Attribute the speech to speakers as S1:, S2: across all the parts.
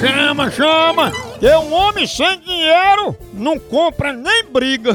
S1: chama, chama! Que um homem sem dinheiro não compra nem briga.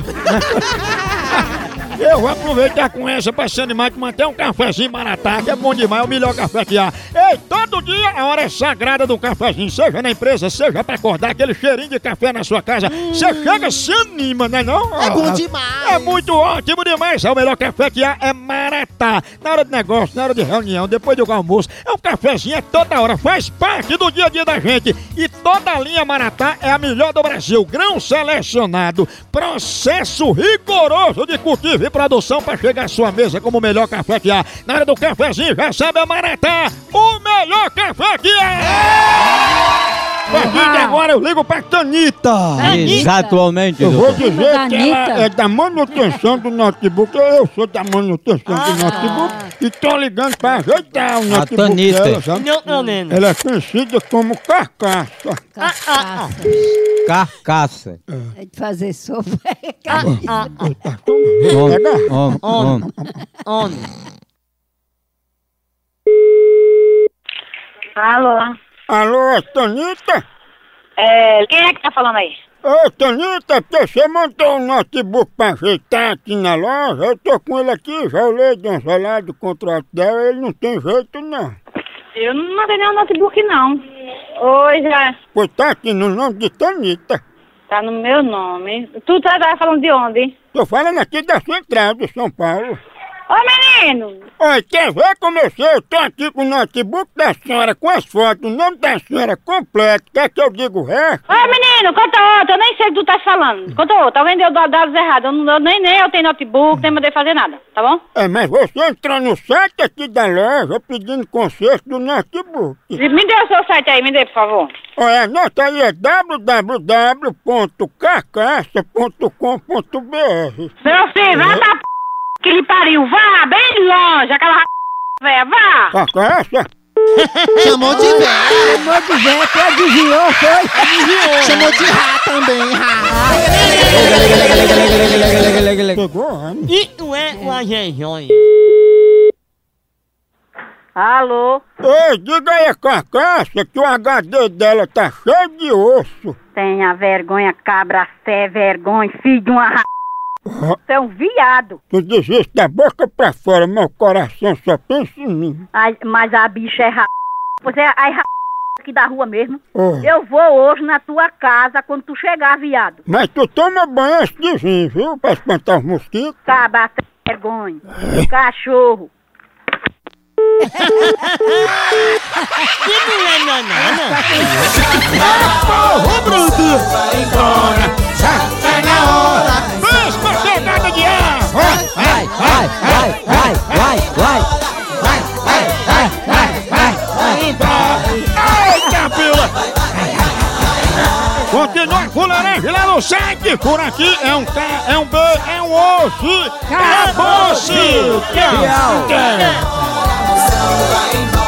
S1: Eu vou aproveitar com essa pra se animar de manter um cafezinho maratá, que é bom demais, é o melhor café que há. Ei, todo dia a hora é sagrada do cafezinho, seja na empresa, seja pra acordar aquele cheirinho de café na sua casa. Você chega, se anima, né não?
S2: Hum. É bom demais.
S1: É muito ótimo demais, é o melhor café que há, é maratá. Na hora de negócio, na hora de reunião, depois do almoço, é um cafezinho, é toda hora, faz parte do dia a dia da gente. E toda a linha maratá é a melhor do Brasil, grão selecionado, processo rigoroso de cultivo e produção para chegar à sua mesa como o melhor café que há. Na hora do cafezinho, já sabe, é Maratá, o melhor café que há! A partir de agora eu ligo pra Tanita.
S3: Exatamente,
S1: Eu vou
S3: doutor.
S1: dizer que ela
S4: Tanita.
S1: é da manutenção do notebook, eu sou da manutenção
S2: Ah.
S1: do notebook e tô ligando pra ajeitar o notebook
S3: Tanita.
S1: dela, sabe?
S2: Não, não, não. não.
S1: Ela é conhecida como carcaça.
S4: Carcaça.
S3: Carcaça.
S4: É de fazer sopa. é
S3: Homem, homem, homem.
S2: Homem.
S5: Alô?
S1: Alô, Tanita?
S5: É, quem é que tá falando aí?
S1: Ô, Tonita, porque você montou um notebook pra ajeitar aqui na loja? Eu tô com ele aqui, já olhei de um solado do contrato dela, ele não tem jeito não.
S5: Eu não mandei nenhum notebook, não. Oi, já.
S1: Pois tá aqui no nome de Tonita.
S5: Tá no meu nome. Tu tá, tá falando de onde?
S1: Tô falando aqui da Central de São Paulo.
S5: Ô, menino!
S1: Olha, quer ver como eu sei? Eu tô aqui com o notebook da senhora, com as fotos, o nome da senhora completo. Quer que eu é? diga o resto?
S5: Ô, menino, conta outra. Eu nem sei o que tu tá falando. Conta outra. Alguém deu dados errados. Eu, não- eu nem, nem eu tenho notebook, nem mandei fazer nada, tá bom?
S1: É, mas você entrou no site aqui da loja pedindo conserto do notebook.
S5: Me dê o seu site aí, me dê, por favor.
S1: Olha, anota aí, é www.carcaça.com.br.
S5: Meu filho, vá pra p... que lhe pariu. Vá bem longe, aquela r... velha. Vá!
S1: Carcaça?
S2: Chamou de velho.
S4: Amor de velho, que adivinhou, foi?
S2: Chamou de rá também, rá.
S3: Lega, lega, lega.
S1: Pegou, homem?
S2: E não é uma jejone.
S5: Alô?
S1: Ei, diga aí a carcaça que o HD dela tá cheio de osso.
S5: Tenha vergonha, cabra, sé, vergonha, filho de uma r... Você é um viado.
S1: Tu diz isso da boca pra fora, meu coração só pensa em mim.
S5: Ai, mas a bicha é ra... Você é a ra... aqui da rua mesmo.
S1: Oh.
S5: Eu vou hoje na tua casa quando tu chegar, viado.
S1: Mas tu toma banho antes de vir, viu? Pra espantar os mosquitos.
S5: Cabra, sem vergonha. Cachorro.
S2: E não é nanana.
S1: Mesma pegada Tá de ar!
S3: Vai, vai, vai, vai, vai, vai. Vai, vai, vai, vai, vai, vai.
S1: Eita, pila! Continua com laranja lá no site. Por aqui é um K, é um B, é um O, X. Acabou-se! Tchau!
S3: Tchau.
S1: Tchau!
S6: vai embora.